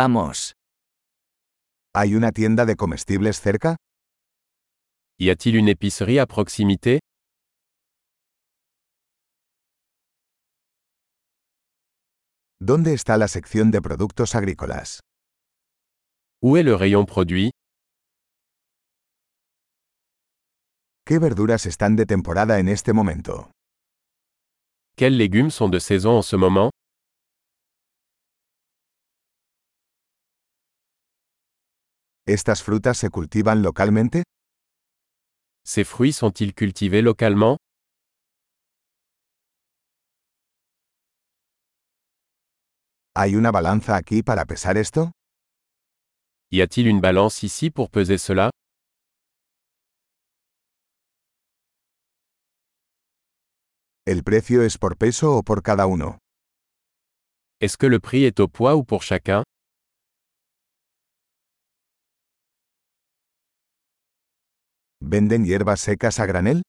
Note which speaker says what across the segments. Speaker 1: Vamos.
Speaker 2: ¿Hay una tienda de comestibles cerca?
Speaker 3: Y a-t-il une épicerie à proximité
Speaker 2: ¿Dónde está la sección de productos agrícolas?
Speaker 3: Où est le rayon produit
Speaker 2: ¿Qué verduras están de temporada en este momento?
Speaker 3: Quels légumes sont de saison en ce moment
Speaker 2: ¿Estas frutas se cultivan localmente?
Speaker 3: Ces fruits sont-ils cultivés localement
Speaker 2: ¿Hay una balanza aquí para pesar esto?
Speaker 3: Y a-t-il une balance ici pour peser cela
Speaker 2: ¿El precio es por peso o por cada uno?
Speaker 3: Est-ce que le prix est au poids ou pour chacun
Speaker 2: ¿Venden hierbas secas a granel?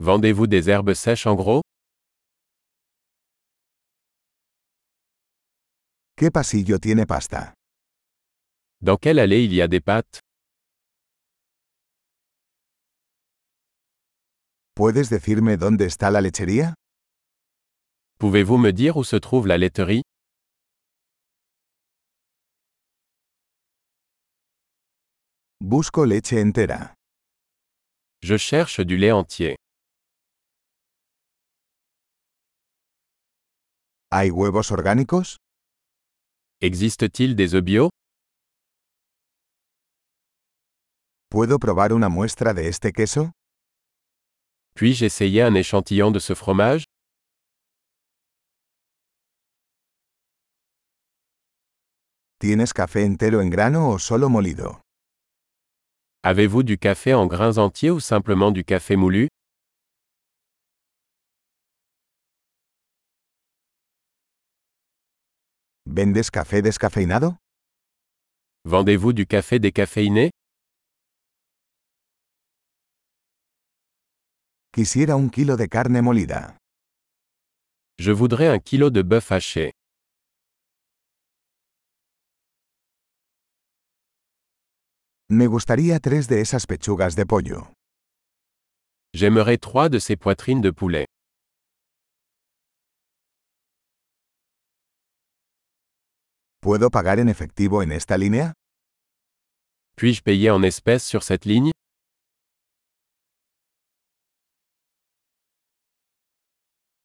Speaker 3: Vendez-vous des herbes sèches en gros
Speaker 2: ¿Qué pasillo tiene pasta?
Speaker 3: Dans quelle allée il y a des pâtes
Speaker 2: ¿Puedes decirme dónde está la lechería?
Speaker 3: Pouvez-vous me dire où se trouve la laiterie
Speaker 2: Busco leche entera.
Speaker 3: Je cherche du lait entier.
Speaker 2: ¿Hay huevos orgánicos?
Speaker 3: Existe-t-il des œufs bio
Speaker 2: ¿Puedo probar una muestra de este queso?
Speaker 3: Puis-je essayer un échantillon de ce fromage
Speaker 2: ¿Tienes café entero en grano o solo molido?
Speaker 3: Avez-vous du café en grains entiers ou simplement du café moulu
Speaker 2: ¿Vendes café descafeinado?
Speaker 3: Vendez-vous du café décaféiné
Speaker 2: Quisiera un kilo de carne molida.
Speaker 3: Je voudrais un kilo de bœuf haché.
Speaker 2: Me gustaría tres de esas pechugas de pollo.
Speaker 3: J'aimerais trois de ces poitrines de poulet.
Speaker 2: ¿Puedo pagar en efectivo en esta línea?
Speaker 3: Puis-je payer en espèces sur cette ligne